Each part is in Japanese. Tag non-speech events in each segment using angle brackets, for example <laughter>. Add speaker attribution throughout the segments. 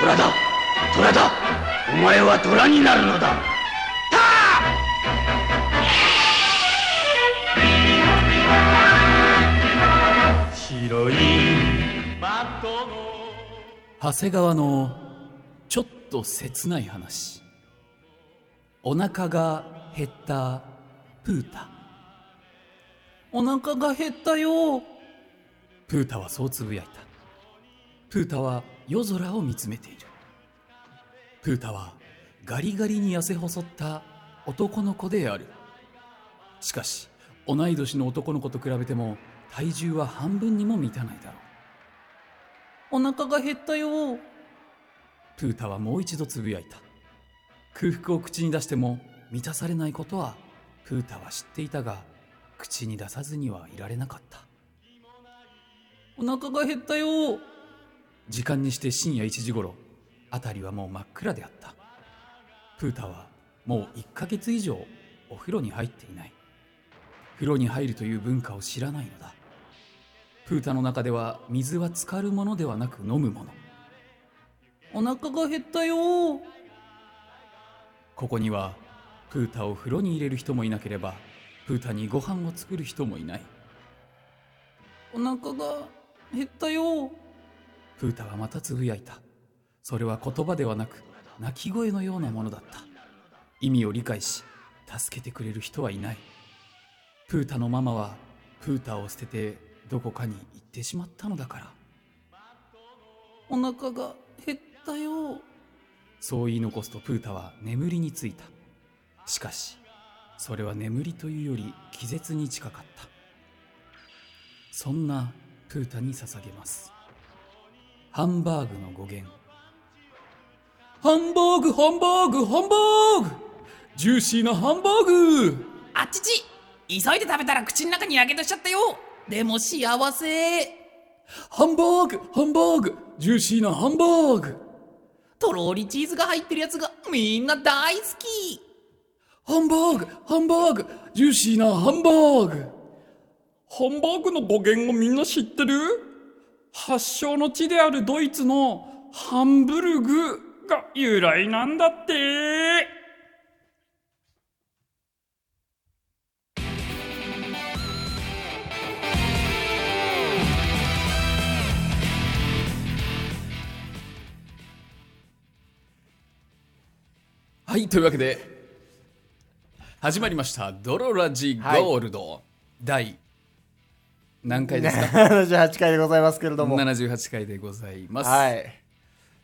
Speaker 1: 虎だ虎だお前は虎になるのだ
Speaker 2: 白いバットの
Speaker 3: 長谷川のちょっと切ない話お腹が減ったプータお腹が減ったよプータはそうつぶやいたプータは夜空を見つめているプータはガリガリに痩せ細った男の子であるしかし同い年の男の子と比べても体重は半分にも満たないだろうお腹が減ったよプータはもう一度つぶやいた空腹を口に出しても満たされないことはプータは知っていたが口に出さずにはいられなかったお腹が減ったよ時間にして深夜1時頃辺りはもう真っ暗であったプータはもう1ヶ月以上お風呂に入っていない風呂に入るという文化を知らないのだプータの中では水は浸かるものではなく飲むものお腹が減ったよここにはプータを風呂に入れる人もいなければプータにご飯を作る人もいないお腹が減ったよプータはまたつぶやいたそれは言葉ではなく泣き声のようなものだった意味を理解し助けてくれる人はいないプータのママはプータを捨ててどこかに行ってしまったのだからお腹が減ったよそう言い残すとプータは眠りについたしかしそれは眠りというより気絶に近かったそんなプータに捧げますハンバーグの語源ハンバーグハンバーグハンバーグジューシーなハンバーグ
Speaker 4: あっちち急いで食べたら口の中にやけどしちゃったよでも幸せ
Speaker 3: ハンバーグハンバーグジューシーなハンバーグ
Speaker 4: とろりチーズが入ってるやつがみんな大好き
Speaker 3: ハンバーグハンバーグジューシーなハンバーグ
Speaker 5: ハンバーグの語源をみんな知ってる発祥の地であるドイツのハンブルグが由来なんだって。
Speaker 3: はい、というわけで、始まりました、ドロラジゴールド、第何回です
Speaker 6: <laughs>
Speaker 3: か
Speaker 6: 78回でございますけれども。は
Speaker 3: ?78 回でございます。
Speaker 6: い。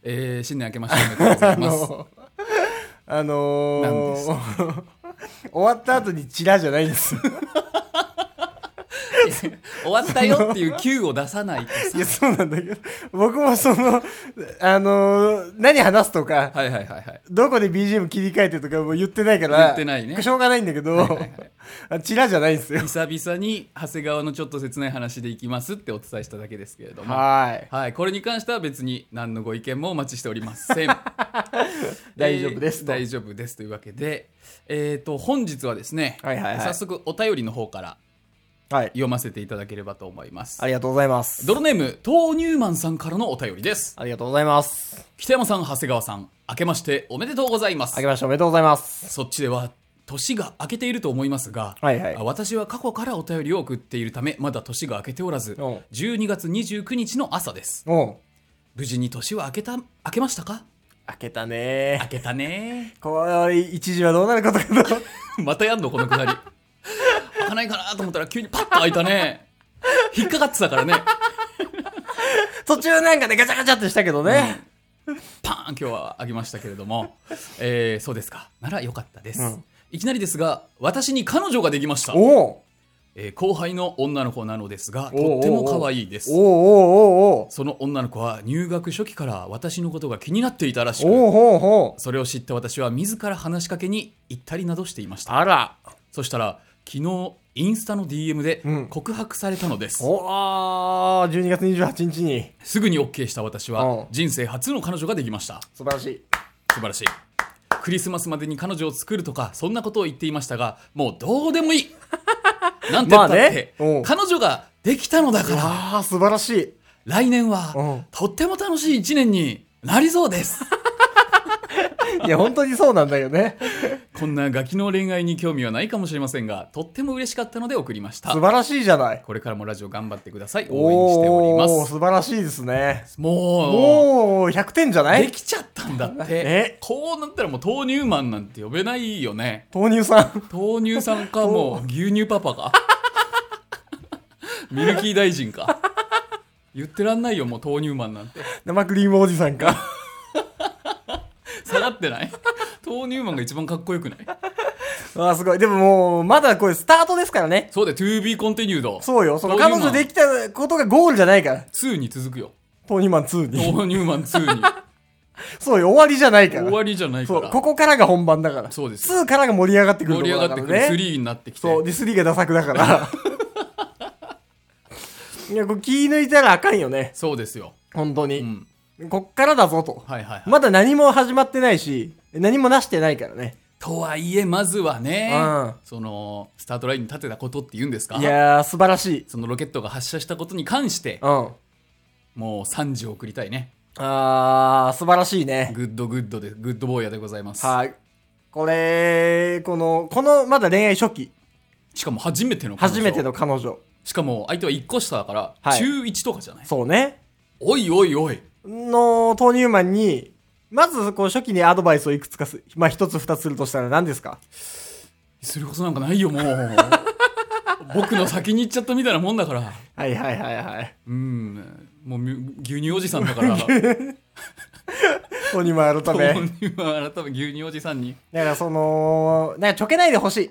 Speaker 3: えー新年明けましておめでとうござい
Speaker 6: <laughs>
Speaker 3: ます。
Speaker 6: あのー、 <laughs> 終わった後にチラじゃないんです。
Speaker 3: 終わったよっていう Q を出さないとさ
Speaker 6: いや、そうなんだけど、僕もその、あのー何話すとか、
Speaker 3: はいはいはいはい。
Speaker 6: どこで BGM 切り替えてとかもう言ってないから、
Speaker 3: 言ってないね
Speaker 6: しょうがないんだけど、 <laughs> チラじゃないんですよ。
Speaker 3: 久々に長谷川のちょっと切ない話でいきますってお伝えしただけですけれども。
Speaker 6: は
Speaker 3: はい、これに関しては別に何のご意見もお待ちしておりません。
Speaker 6: <laughs> 大丈夫です
Speaker 3: えー
Speaker 6: と
Speaker 3: 大丈夫ですというわけで、えっ、と、本日はですね、
Speaker 6: はいはいはい
Speaker 3: 早速お便りの方から
Speaker 6: い。はい。
Speaker 3: 読ませていただければと思います
Speaker 6: あ。りがとうございます。
Speaker 3: ドロネーム、豆乳マンさんからのお便りです。
Speaker 6: ありがとうございます。
Speaker 3: 北山さん、長谷川さん、明けましておめでとうございます
Speaker 6: あけ。ましておめでとうございます。
Speaker 3: そっちでは、年が明けていると思いますが、
Speaker 6: はいはい
Speaker 3: あ私は過去からお便りを送っているため、まだ年が明けておらず
Speaker 6: おう、
Speaker 3: 12月29日の朝です。
Speaker 6: おう
Speaker 3: 無事に年は明けた、明けましたか
Speaker 6: 開けたね
Speaker 3: 明けたね <laughs>
Speaker 6: これ、一時はどうなることかと。 <laughs>
Speaker 3: またやんのこのくだり <laughs> 開かないかなと思ったら急にパッと開いたね引っかかってたからね
Speaker 6: 途中なんかね、ガチャガチャってしたけどね。
Speaker 3: パーン今日は開きましたけれども、えー、そうですかならよかったです、いきなりですが私に彼女ができました、
Speaker 6: おう
Speaker 3: えー後輩の女の子なのですが
Speaker 6: おうお
Speaker 3: と
Speaker 6: う
Speaker 3: っても可愛いです
Speaker 6: おうおうおうおう
Speaker 3: その女の子は入学初期から私のことが気になっていたらし
Speaker 6: お
Speaker 3: く
Speaker 6: うほうほう
Speaker 3: それを知った私は自ら話しかけに行ったりなどしていました
Speaker 6: あら。
Speaker 3: そしたら昨日インスタの DM で
Speaker 6: うん
Speaker 3: 告白されたのです、
Speaker 6: おあー、12月28日に。
Speaker 3: すぐに OK した私
Speaker 6: うん
Speaker 3: は人生初の彼女ができました
Speaker 6: 素晴らしい。
Speaker 3: 素晴らしいクリスマスまでに彼女を作るとかそんなことを言っていましたがもうどうでも
Speaker 6: <laughs>
Speaker 3: いいなんて言ったっ
Speaker 6: まあね
Speaker 3: て、
Speaker 6: うん
Speaker 3: 彼女ができたのだから
Speaker 6: あー、素晴らしい。
Speaker 3: 来年
Speaker 6: う
Speaker 3: は
Speaker 6: ん
Speaker 3: とっても楽しい1年になりそうです。 <laughs>
Speaker 6: いや、本当にそうなんだよね。
Speaker 3: こんなガキの恋愛に興味はないかもしれませんが、とっても嬉しかったので送りました
Speaker 6: 素。晴らしいじゃない。
Speaker 3: これからもラジオ頑張ってください。応援しており
Speaker 6: お
Speaker 3: ま
Speaker 6: ー、
Speaker 3: す。
Speaker 6: 素晴らしいですね。
Speaker 3: もう、
Speaker 6: もう、100点じゃな
Speaker 3: で
Speaker 6: い
Speaker 3: きちゃったんだっ
Speaker 6: え
Speaker 3: て。こうなったらもう豆乳マンなんて呼べないよね。
Speaker 6: 豆乳さん。
Speaker 3: 豆乳さんかもう牛乳パパか <laughs> ミルキー大臣か言ってらんないよもう豆乳マンなんて
Speaker 6: 生クリームおじさんか。
Speaker 3: 下がってない豆乳マンが一番かっこよくない
Speaker 6: あー、すごい。でももう、まだこれスタートですからね。
Speaker 3: そうだよ To be continued
Speaker 6: そうよ。その彼女で
Speaker 3: き
Speaker 6: きたことがゴールじゃないから。
Speaker 3: 2に続くよ
Speaker 6: 豆乳マン2に。
Speaker 3: 豆乳マン2に
Speaker 6: <laughs> そうよ、終わりじゃないから。
Speaker 3: 終わりじゃないか
Speaker 6: そう、
Speaker 3: ら
Speaker 6: ここからが本番だから。
Speaker 3: そうです
Speaker 6: 2からが盛り上がってくる
Speaker 3: 盛
Speaker 6: とこ
Speaker 3: り
Speaker 6: ろ
Speaker 3: 上
Speaker 6: だ
Speaker 3: が
Speaker 6: か
Speaker 3: って
Speaker 6: ら
Speaker 3: くる
Speaker 6: ね。
Speaker 3: 3になってき
Speaker 6: そう、
Speaker 3: て
Speaker 6: で、3がダサく
Speaker 3: <laughs>
Speaker 6: だから。いや、これ気抜いたらあかんよね。
Speaker 3: そうですよ
Speaker 6: 本当に。
Speaker 3: ん
Speaker 6: こっからだぞと。
Speaker 3: はいはいはい
Speaker 6: まだ何も始まってないし、何もなしてないからね。
Speaker 3: とはいえまずはね
Speaker 6: うん
Speaker 3: そのスタートラインに立てたことって言うんですか
Speaker 6: いやー、素晴らしい。
Speaker 3: そのロケットが発射したことに関して
Speaker 6: うん。
Speaker 3: もう3時を送りたいね
Speaker 6: あー、素晴らしいね。
Speaker 3: グッドグッドで、グッドボーイヤでございます。
Speaker 6: はい。これ、この、この、まだ恋愛初期。
Speaker 3: しかも初めての彼女
Speaker 6: 初めて。の彼女。
Speaker 3: しかも相手は1個下だから、
Speaker 6: はい
Speaker 3: 中1とかじゃない
Speaker 6: そうね。
Speaker 3: おいおいおい。
Speaker 6: の豆乳マンに、まず、こう、初期にアドバイスをいくつかす、まあ、一つ二つするとしたら何ですか
Speaker 3: することなんかないよ、も
Speaker 6: <laughs>
Speaker 3: う。僕の先に行っちゃったみたいなもんだから。
Speaker 6: はいはいはいはい。
Speaker 3: うん。もうみ牛乳おじさんだ
Speaker 6: <laughs>
Speaker 3: から。 <laughs>
Speaker 6: 豆乳マン改め。
Speaker 3: 豆乳は改め牛乳おじさんに。
Speaker 6: だから、その、なんか、ちょけないでほし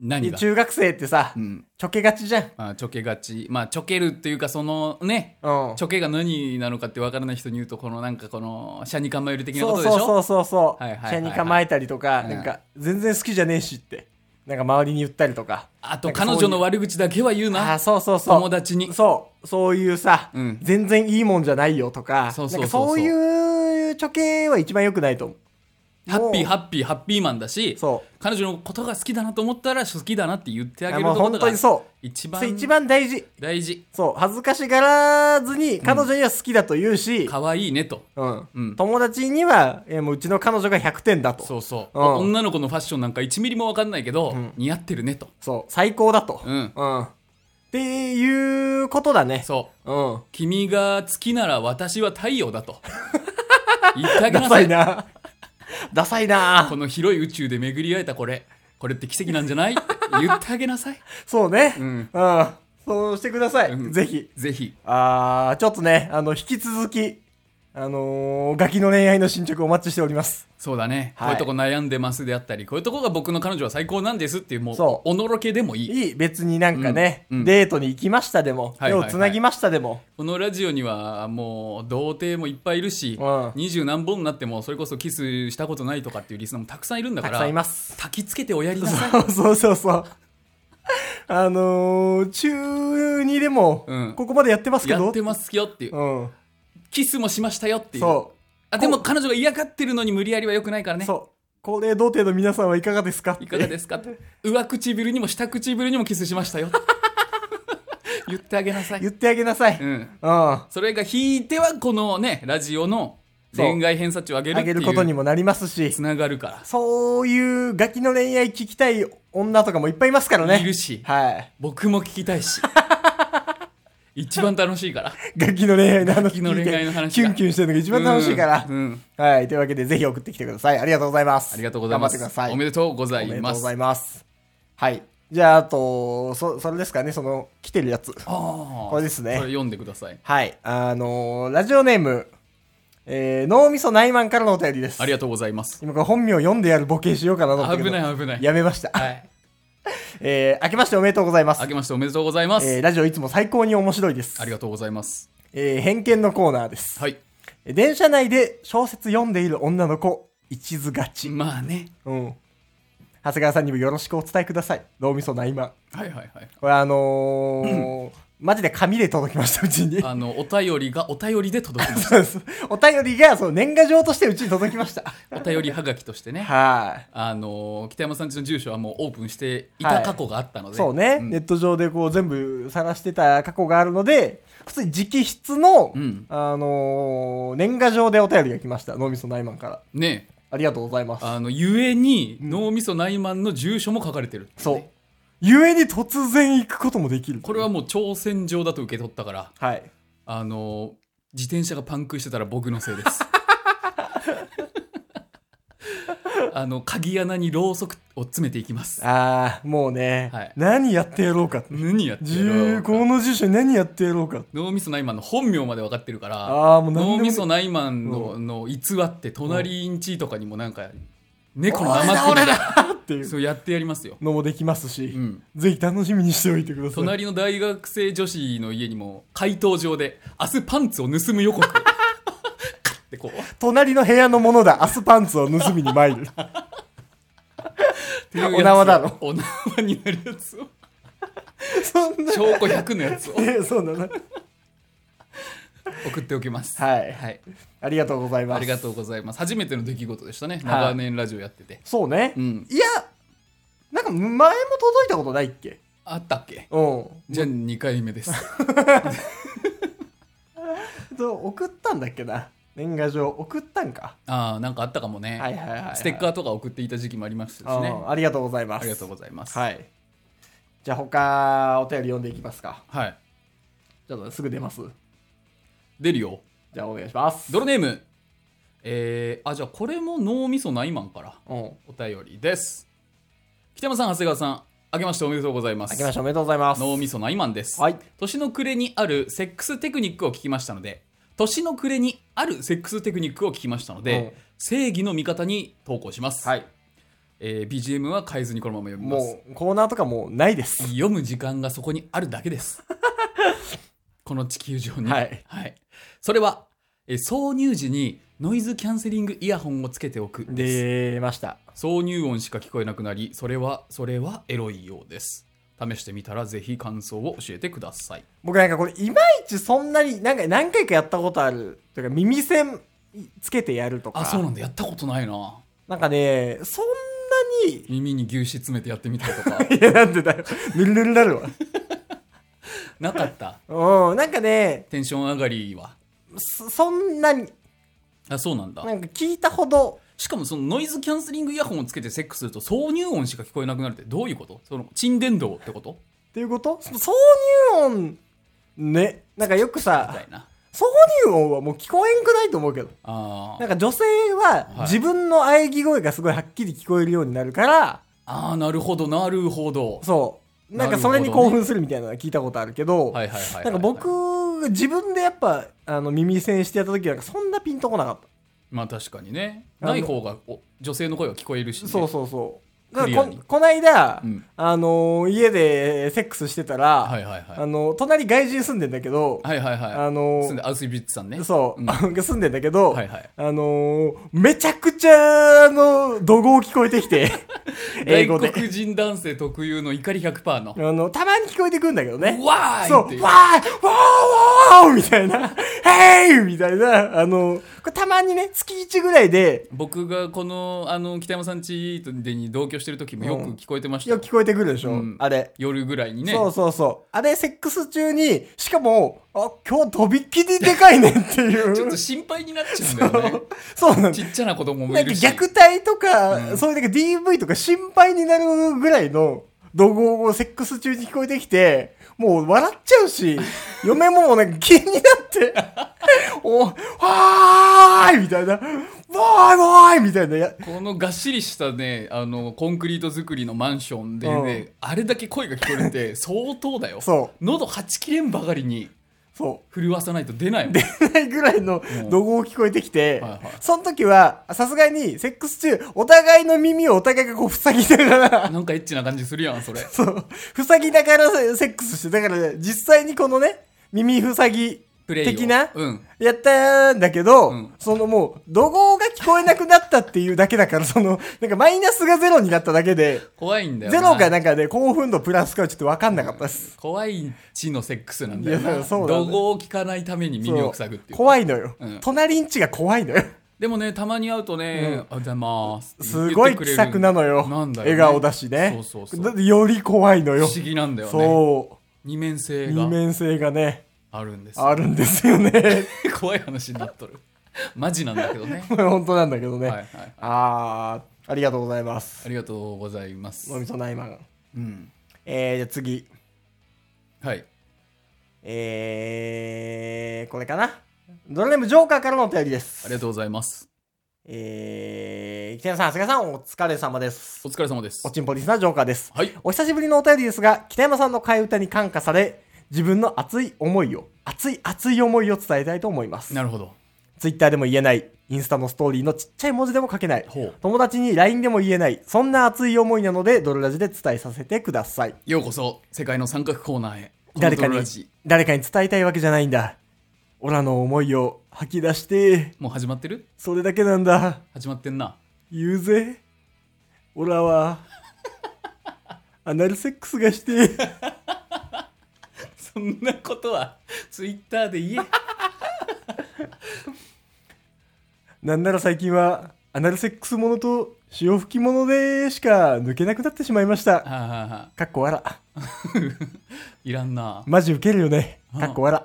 Speaker 3: 何
Speaker 6: い。
Speaker 3: が
Speaker 6: 中学生ってさ
Speaker 3: う、ん。
Speaker 6: ちょけがちじゃん。
Speaker 3: まあ、ちょけがち。まあ、ちょけるっていうか、そのね、
Speaker 6: うん。
Speaker 3: ちょけが何なのかってわからない人に言うと、このなんかこの、シャに構える的なこ
Speaker 6: そ
Speaker 3: とでし
Speaker 6: う
Speaker 3: ょ
Speaker 6: そうそうそうそう。
Speaker 3: はいはいはいはい
Speaker 6: 車に構えたりとか、
Speaker 3: うん
Speaker 6: なんか、全然好きじゃねえしって、なんか周りに言ったりとか。
Speaker 3: あと、彼女の悪口だけは言う
Speaker 6: あ
Speaker 3: な
Speaker 6: あ、。そうそうそう。
Speaker 3: 友達に
Speaker 6: そう。そういうさ、
Speaker 3: うん
Speaker 6: 全然いいもんじゃないよとか、
Speaker 3: そうそう
Speaker 6: なんか
Speaker 3: そうそう
Speaker 6: そういうチョケは一番良くないと思う。
Speaker 3: ハッピー
Speaker 6: もう
Speaker 3: ハッピーハッピーマンだし
Speaker 6: そ
Speaker 3: 彼女のことが好きだなと思ったら好きだなって言ってあげ
Speaker 6: う。
Speaker 3: る
Speaker 6: も
Speaker 3: と
Speaker 6: う
Speaker 3: こ
Speaker 6: 本
Speaker 3: ろ
Speaker 6: 当
Speaker 3: が
Speaker 6: にそ
Speaker 3: 一
Speaker 6: う。
Speaker 3: 番
Speaker 6: それ一番大事。
Speaker 3: 大事
Speaker 6: そう。恥ずかしがらずに、彼女には好きだと言うし、
Speaker 3: 可愛いねと
Speaker 6: うん。
Speaker 3: うん
Speaker 6: 友達には、えーもううちの彼女が100点だと。そう。
Speaker 3: そうそう、
Speaker 6: うん
Speaker 3: 女の子のファッションなんか1ミリも分かんないけど、似合ってるねと
Speaker 6: 最高だと。
Speaker 3: うん
Speaker 6: うん。っていうことだね。
Speaker 3: <laughs> そう
Speaker 6: うん。
Speaker 3: 君が月なら私は太陽だと
Speaker 6: <laughs>
Speaker 3: 言ってあげ
Speaker 6: ダ
Speaker 3: な
Speaker 6: サ
Speaker 3: さ
Speaker 6: い
Speaker 3: い
Speaker 6: な。 <laughs> ダサいな
Speaker 3: こ。の広い宇宙で巡り合えたこれこれって奇跡なんじゃないって言ってあげなさい
Speaker 6: そうね。うんん。そうしてください。
Speaker 3: うん
Speaker 6: ぜひ。
Speaker 3: ぜひ
Speaker 6: あー、ちょっとね、あの、引き続き、あのー、ガキの恋愛の進捗お待ちしております。
Speaker 3: そうだね、
Speaker 6: はい
Speaker 3: こういうとこ悩んでますであったりこういうとこが僕の彼女は最高なんですっていうもう
Speaker 6: そう
Speaker 3: おのろけでもいい
Speaker 6: いい、別になんかね、
Speaker 3: うんうん
Speaker 6: デートに行きましたでも、
Speaker 3: はいは
Speaker 6: 手
Speaker 3: い
Speaker 6: を
Speaker 3: はい
Speaker 6: つなぎましたでも、
Speaker 3: このラジオにはもう童貞もいっぱいいるし
Speaker 6: うん
Speaker 3: 二十、何本になってもそれこそキスしたことないとかっていうリスナーもたくさんいるんだか
Speaker 6: た
Speaker 3: ら
Speaker 6: くさんいます。
Speaker 3: 焚きつけておやりなさい
Speaker 6: <laughs> そうそうそうそう。あのー、中2でも
Speaker 3: うん、
Speaker 6: ここまでやってますけど、
Speaker 3: やってますよっていう
Speaker 6: うん。
Speaker 3: キスもしましたよっていう
Speaker 6: そ
Speaker 3: あでも彼女が嫌がってるのに無理やりは良くないから
Speaker 6: う。
Speaker 3: ね
Speaker 6: そう。高齢童貞の皆さんはいかがですか
Speaker 3: いかがですすか
Speaker 6: <laughs>
Speaker 3: って上唇にも下唇にもキスしましたよ言ってあげなさい
Speaker 6: 言、ってあげなさい。
Speaker 3: う
Speaker 6: うん。
Speaker 3: ん、
Speaker 6: あ
Speaker 3: それが引いてはこのねラジオの恋愛偏差値を上げるって
Speaker 6: げ
Speaker 3: い
Speaker 6: ることに
Speaker 3: う
Speaker 6: もなりますし
Speaker 3: つ、ながるか
Speaker 6: そういうガキの恋愛聞きたい女とかもいっぱいいますから
Speaker 3: ら
Speaker 6: ね。
Speaker 3: いるし
Speaker 6: はい。
Speaker 3: 僕も聞きたい
Speaker 6: <laughs>
Speaker 3: し一番楽しいから
Speaker 6: 楽器の恋愛の話聞いて
Speaker 3: 楽器の恋愛の話
Speaker 6: キ
Speaker 3: が
Speaker 6: ュンキュンしてるのが一番楽しいから。
Speaker 3: うんうん
Speaker 6: はい。というわけで、ぜひ送ってきてください。ありがとうございます。
Speaker 3: ありがとうございます
Speaker 6: 頑張ってください。
Speaker 3: おめでとうござい
Speaker 6: おめで
Speaker 3: ます
Speaker 6: います。はい。じゃあ、あと、そ、それですかね、その、来てるやつ。
Speaker 3: ああ
Speaker 6: これですね
Speaker 3: それ読んでください
Speaker 6: はい。あのーラジオネーム、えー、脳みそ内マンからのお便りです。
Speaker 3: ありがとうございます
Speaker 6: 今、これ本名読んでやるボケしようかなと思ったけど
Speaker 3: 危ない危ない
Speaker 6: やめました。
Speaker 3: はい
Speaker 6: えー、明けましておめでとうございます
Speaker 3: 明。けましておめでとうございます、
Speaker 6: えー、ラジオいつも最高に面白いです。
Speaker 3: ありがとうございます
Speaker 6: えー、偏見のコーナーです。
Speaker 3: はい
Speaker 6: 電車内で小説読んでいる女の子、一途がち。
Speaker 3: まあね
Speaker 6: うん。長谷川さんにもよろしくお伝えください。脳みそないまん。
Speaker 3: はいはいはい
Speaker 6: これあのー
Speaker 3: <laughs>
Speaker 6: マジで紙で届きました、うちに。
Speaker 3: あのお便りがお便りで届き <laughs> まし
Speaker 6: <laughs> そうです。お便りが、その年賀状としてうちに届きました。
Speaker 3: たお便りはがきとしてね
Speaker 6: はい。
Speaker 3: あの北山さんちの住所はもうオープンしていた過去があったので、
Speaker 6: そうね、
Speaker 3: ん
Speaker 6: ネット上でこう全部晒してた過去があるので、普通に直筆の、
Speaker 3: うん
Speaker 6: あのー年賀状でお便りが来ました。脳みそ内満から。
Speaker 3: ねえ
Speaker 6: ありがとうございます。
Speaker 3: あのゆえに脳みそ内満の住所も書かれてる、
Speaker 6: そう。ゆえに突然行くこともできる。
Speaker 3: これはもう挑戦状だと受け取ったから
Speaker 6: はい。
Speaker 3: あの自転車がパンクしてたら僕のせいです <laughs> あの鍵穴にろうそくを詰めていきます
Speaker 6: ああ、もうね、
Speaker 3: はい
Speaker 6: 何やってやろうかって。
Speaker 3: 何やって
Speaker 6: 自
Speaker 3: る
Speaker 6: 由、この辞書に何やってやろうか。
Speaker 3: 脳みそ内マンの本名まで分かってるから
Speaker 6: ああ、もう何でも
Speaker 3: 脳みそ内マンのの偽って隣んちとかにもなんか猫の生首
Speaker 6: っていう
Speaker 3: <laughs> そうやってやりますよ、
Speaker 6: のもできますし、
Speaker 3: うん、
Speaker 6: ぜひ楽しみにしておいてください。
Speaker 3: 隣の大学生女子の家にも回答状で明日パンツを盗む予
Speaker 6: <laughs>
Speaker 3: 告カッてこう
Speaker 6: 隣の部屋のものだ。明日パンツを盗みに参
Speaker 3: <laughs>
Speaker 6: る。お縄だろ
Speaker 3: お縄になるやつを
Speaker 6: そんな。
Speaker 3: 証拠100のやつを
Speaker 6: <laughs> え、そうなの
Speaker 3: 送っておきます
Speaker 6: はい
Speaker 3: はい、
Speaker 6: ありがとうございます。
Speaker 3: ありがとうございます初めての出来事でしたね
Speaker 6: はい
Speaker 3: 長年ラジオやってて、
Speaker 6: そうね。
Speaker 3: うん
Speaker 6: いや、なんか前も届いたことないっけ
Speaker 3: あったっけ
Speaker 6: うん。
Speaker 3: じゃあ2回目
Speaker 6: <laughs>
Speaker 3: です
Speaker 6: そう送ったんだっけな。年賀状送ったんか。
Speaker 3: ああなんかあったかもね、
Speaker 6: はいはいはいはい
Speaker 3: ステッカーとか送っていた時期もありましたしね
Speaker 6: うんありがとうございます。
Speaker 3: ありがとうございます
Speaker 6: はい。じゃあ他、お便り読んでいきますか。
Speaker 3: はい
Speaker 6: ちょっとすぐ出ます。
Speaker 3: 出るよ
Speaker 6: じゃあお願いします。
Speaker 3: ドロネームえー、あじゃあこれも脳みそないマンから
Speaker 6: うん。
Speaker 3: お便りです北山さん長谷川さん明けましておめでとうございます
Speaker 6: 明けましておめでとうございます。
Speaker 3: 脳みそないマンです、
Speaker 6: はい。
Speaker 3: 年の暮れにあるセックステクニックを聞きましたので年の暮れにあるセックステクニックを聞きましたので、
Speaker 6: うん
Speaker 3: 正義の味方に投稿します、
Speaker 6: はい。
Speaker 3: えー BGM は変えずにこのまま読みます
Speaker 6: もう、コーナーとかもうないです。
Speaker 3: 読む時間がそこにあるだけです <laughs> この地球上に
Speaker 6: はい
Speaker 3: それは、えー挿入時にノイズキャンセリングイヤホンをつけておくです
Speaker 6: 出ました。
Speaker 3: 挿入音しか聞こえなくなりそれはそれはエロいようです試してみたらぜひ感想を教えてください
Speaker 6: 僕なんかこれ、いまいちそんなに、なんか何回かやったことある。というか、耳栓つけてやるとか。
Speaker 3: あそうなんだやったことないな
Speaker 6: なんかね、そんなに、 <laughs>
Speaker 3: 耳に牛脂詰めてやってみたりとか <laughs>
Speaker 6: いや、なんでだよ。ぬるぬるになる
Speaker 3: なかった
Speaker 6: わ。うん、なんかね、
Speaker 3: テンション上がりは
Speaker 6: そそんなに、
Speaker 3: あそうなんだ
Speaker 6: なんか聞いたほど、
Speaker 3: しかもそのノイズキャンセリングイヤホンをつけてセックスすると挿入音しか聞こえなくなるってどういうことその沈殿動ってこと
Speaker 6: っていうことそ挿入音、ね。なんかよく
Speaker 3: みた
Speaker 6: さ、
Speaker 3: いな
Speaker 6: 挿入音はもう聞こえんくないと思うけど。
Speaker 3: あ
Speaker 6: な
Speaker 3: ー
Speaker 6: んか女性は
Speaker 3: はい
Speaker 6: 自分の喘ぎ声がすごいはっきり聞こえるようになるから、
Speaker 3: あーなるほどなるほど
Speaker 6: そう。なんかそれに
Speaker 3: なるほどね
Speaker 6: 興奮するみたいなのは聞いたことあるけど、
Speaker 3: はいはいはいはい
Speaker 6: なんか僕、自分でやっぱ、あの、耳栓してやった時はなんかそんなピンとこなかっ
Speaker 3: まあ確かにね
Speaker 6: あの
Speaker 3: ない方がお女性の声が聞こえるし、
Speaker 6: た。
Speaker 3: ね、
Speaker 6: そうそうそう。だか
Speaker 3: クリ
Speaker 6: ら
Speaker 3: ア
Speaker 6: こ
Speaker 3: に、
Speaker 6: こないだ、
Speaker 3: うん
Speaker 6: あのー家でセックスしてたら、
Speaker 3: はいはいはい
Speaker 6: あの隣外人住んでんだけど、
Speaker 3: はいはいはい
Speaker 6: あのー
Speaker 3: 住んでアウスビッツさんね
Speaker 6: そう、
Speaker 3: ん
Speaker 6: 住んでんだけど、
Speaker 3: はいはい
Speaker 6: あのーめちゃくちゃ、あの、怒号聞こえて
Speaker 3: <laughs>
Speaker 6: きて、英語で。
Speaker 3: 外国人男性特有の怒り100%の
Speaker 6: あの、たまに聞こえてくるんだけどね。
Speaker 3: わーい
Speaker 6: そう、
Speaker 3: っ
Speaker 6: わー
Speaker 3: て
Speaker 6: い
Speaker 3: いう
Speaker 6: わーわーみたいな、 <laughs> へーいみたいな、あの、これたまにね、月1ぐらいで、
Speaker 3: 僕がこのあの北山さんちでに同居してる時もよく聞こえてましたよ、
Speaker 6: よく聞こえてくるでしょ、
Speaker 3: うん
Speaker 6: あれ。
Speaker 3: 夜ぐらいにね
Speaker 6: そうそうそう。あれ、セックス中に、しかも、あ、今日とびっきりでかいねっていう。
Speaker 3: ちょっと心配になっちゃうんだよね
Speaker 6: <laughs> そうなんだ
Speaker 3: ちっちゃな子供も
Speaker 6: なん
Speaker 3: い
Speaker 6: か
Speaker 3: るし
Speaker 6: 虐待とか、そういうなんか DV とか心配になるぐらいの怒号をセックス中に聞こえてきて、もう笑っちゃ
Speaker 3: <laughs>
Speaker 6: うし、嫁ももうなんか気になって、 <laughs> お、わーいみたいな、わーいわーいみたいなや、
Speaker 3: このがっしりしたねあのコンクリート作りのマンションでね、あれだけ声が聞こえるって相当だよ
Speaker 6: <laughs> そう
Speaker 3: 喉はちきれんばかりに
Speaker 6: そ
Speaker 3: 震わさないと出ないもん
Speaker 6: う、ないぐらいの怒号聞こえてきて、
Speaker 3: はいはい
Speaker 6: その時は、さすがにセックス中、お互いの耳をお互いがこう塞ぎながら、
Speaker 3: なんかエッチな感じするやんそれ
Speaker 6: そう、塞ぎながらセックスして、だから実際にこのね、耳塞ぎ
Speaker 3: プレイを
Speaker 6: <laughs> 的な、
Speaker 3: うん
Speaker 6: やったんだけど、
Speaker 3: うん
Speaker 6: そのもう、怒号が聞こえなくなったっていうだけだから、その、なんかマイナスがゼロになっただけで、
Speaker 3: 怖いんだよ
Speaker 6: ゼロがなんかね、興奮度プラスかはちょっとわかんなかったです。
Speaker 3: 怖い地のセックスなんだよ
Speaker 6: い
Speaker 3: な
Speaker 6: や <laughs> そうなんだよ
Speaker 3: 怒号を聞かないために耳を塞ぐっていう
Speaker 6: 怖いのよ。
Speaker 3: うん
Speaker 6: 隣んちが怖いのよ。
Speaker 3: でもねたまに会うとね「あざいます」
Speaker 6: すごい気さくなのよ。
Speaker 3: なんだよね
Speaker 6: 笑顔だしね。
Speaker 3: そうそうそう
Speaker 6: だってより怖いの
Speaker 3: 不
Speaker 6: よ。
Speaker 3: 思議なんだよね
Speaker 6: そう。
Speaker 3: 二面性が
Speaker 6: 二面性がね。
Speaker 3: あるんですよ
Speaker 6: あるんですよね。 <laughs>
Speaker 3: <laughs> 怖い話になっとるマジなんだけどね
Speaker 6: これ本当なんだけ <laughs> どね。
Speaker 3: はいはい
Speaker 6: あー、ありがとうございます。
Speaker 3: ありがとうございます
Speaker 6: のみそないまん。
Speaker 3: うん
Speaker 6: えー、じゃあ次。
Speaker 3: はい
Speaker 6: えー、これかな。ドラネームジョーカーからのお便りです。
Speaker 3: ありがとうございます
Speaker 6: えー、北野さん、長谷川さん、お疲れ様です
Speaker 3: お。疲れ様です
Speaker 6: おちんぽリスナージョーカーです。
Speaker 3: はい
Speaker 6: お久しぶりのお便りですが、北山さんの替え歌に感化され、自分の熱い思いを、熱い熱い思いを伝えたいと思います。
Speaker 3: なるほど
Speaker 6: ツイッターでも言えない、インスタのストーリーのちっちゃい文字でも書けない
Speaker 3: ほう、
Speaker 6: 友達に LINE でも言えない、そんな熱い思いなので、ドルラジで伝えさせてください。
Speaker 3: ようこそ世界の三角コーナーへ
Speaker 6: 誰か
Speaker 3: このドロ
Speaker 6: に
Speaker 3: ラジ、
Speaker 6: 誰かに伝えたいわけじゃないんだ。オラの思いを吐き出して、
Speaker 3: もう始まってる
Speaker 6: それだけなんだ。
Speaker 3: 始まってんな
Speaker 6: 言うぜ。オラは、アナルセックスがして、
Speaker 3: そんなことはツイッターで言え
Speaker 6: なんなら最近は、アナルセックスものと潮吹きものでしか抜けなくなってしまいました。
Speaker 3: はあはあ <laughs> はあ
Speaker 6: かっこわら。
Speaker 3: いらんな
Speaker 6: マジウケるよね。
Speaker 3: うん
Speaker 6: かっこわら。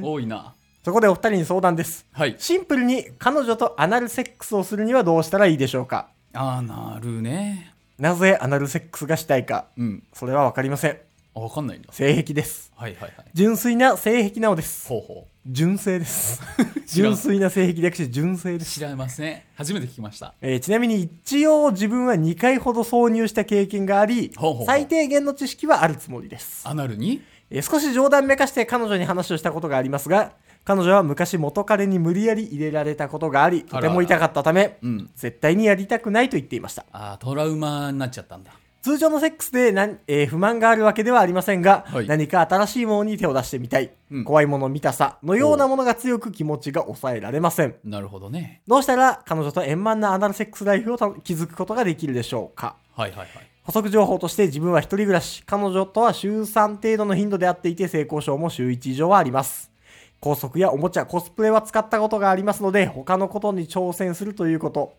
Speaker 3: 多いな
Speaker 6: そこでお二人に相談です。
Speaker 3: はい
Speaker 6: シンプルに彼女とアナルセックスをするにはどうしたらいいでしょうか
Speaker 3: ああなるね
Speaker 6: なぜアナルセックスがしたいか
Speaker 3: うん
Speaker 6: それはわかりません。
Speaker 3: あわかんないんだ
Speaker 6: 性癖です。
Speaker 3: はいはいはい
Speaker 6: 純粋な性癖なのです。
Speaker 3: ほうほ
Speaker 6: 純正です。
Speaker 3: う <laughs> 知らん
Speaker 6: 純粋な性癖略して純正です。
Speaker 3: 知らいません初めて聞きました
Speaker 6: えーちなみに一応自分は2回ほど挿入した経験があり
Speaker 3: ほうほうほう
Speaker 6: 最低限の知識はあるつもりです、
Speaker 3: アナルに
Speaker 6: えー少し冗談めかして彼女に話をしたことがありますが彼女は昔元彼に無理やり入れられたことがあり
Speaker 3: あら
Speaker 6: と
Speaker 3: あら
Speaker 6: ても痛かったため
Speaker 3: うん
Speaker 6: 絶対にやりたくないと言っていました
Speaker 3: ああトラウマになっちゃったんだ
Speaker 6: 通常のセックスで何、えー不満があるわけではありませんが、
Speaker 3: はい
Speaker 6: 何か新しいものに手を出してみたい、
Speaker 3: うん
Speaker 6: 怖いもの見たさのようなものが強く気持ちが抑えられません
Speaker 3: なるほどね
Speaker 6: どうしたら彼女と円満なアナルセックスライフをた築くことができるでしょうか
Speaker 3: はいはいはい
Speaker 6: 補足情報として自分は一人暮らし、彼女とは週3程度の頻度で会っていて性交渉も週1以上はあります。高速やおもちゃ、コスプレは使ったことがありますので、他のことに挑戦するということ。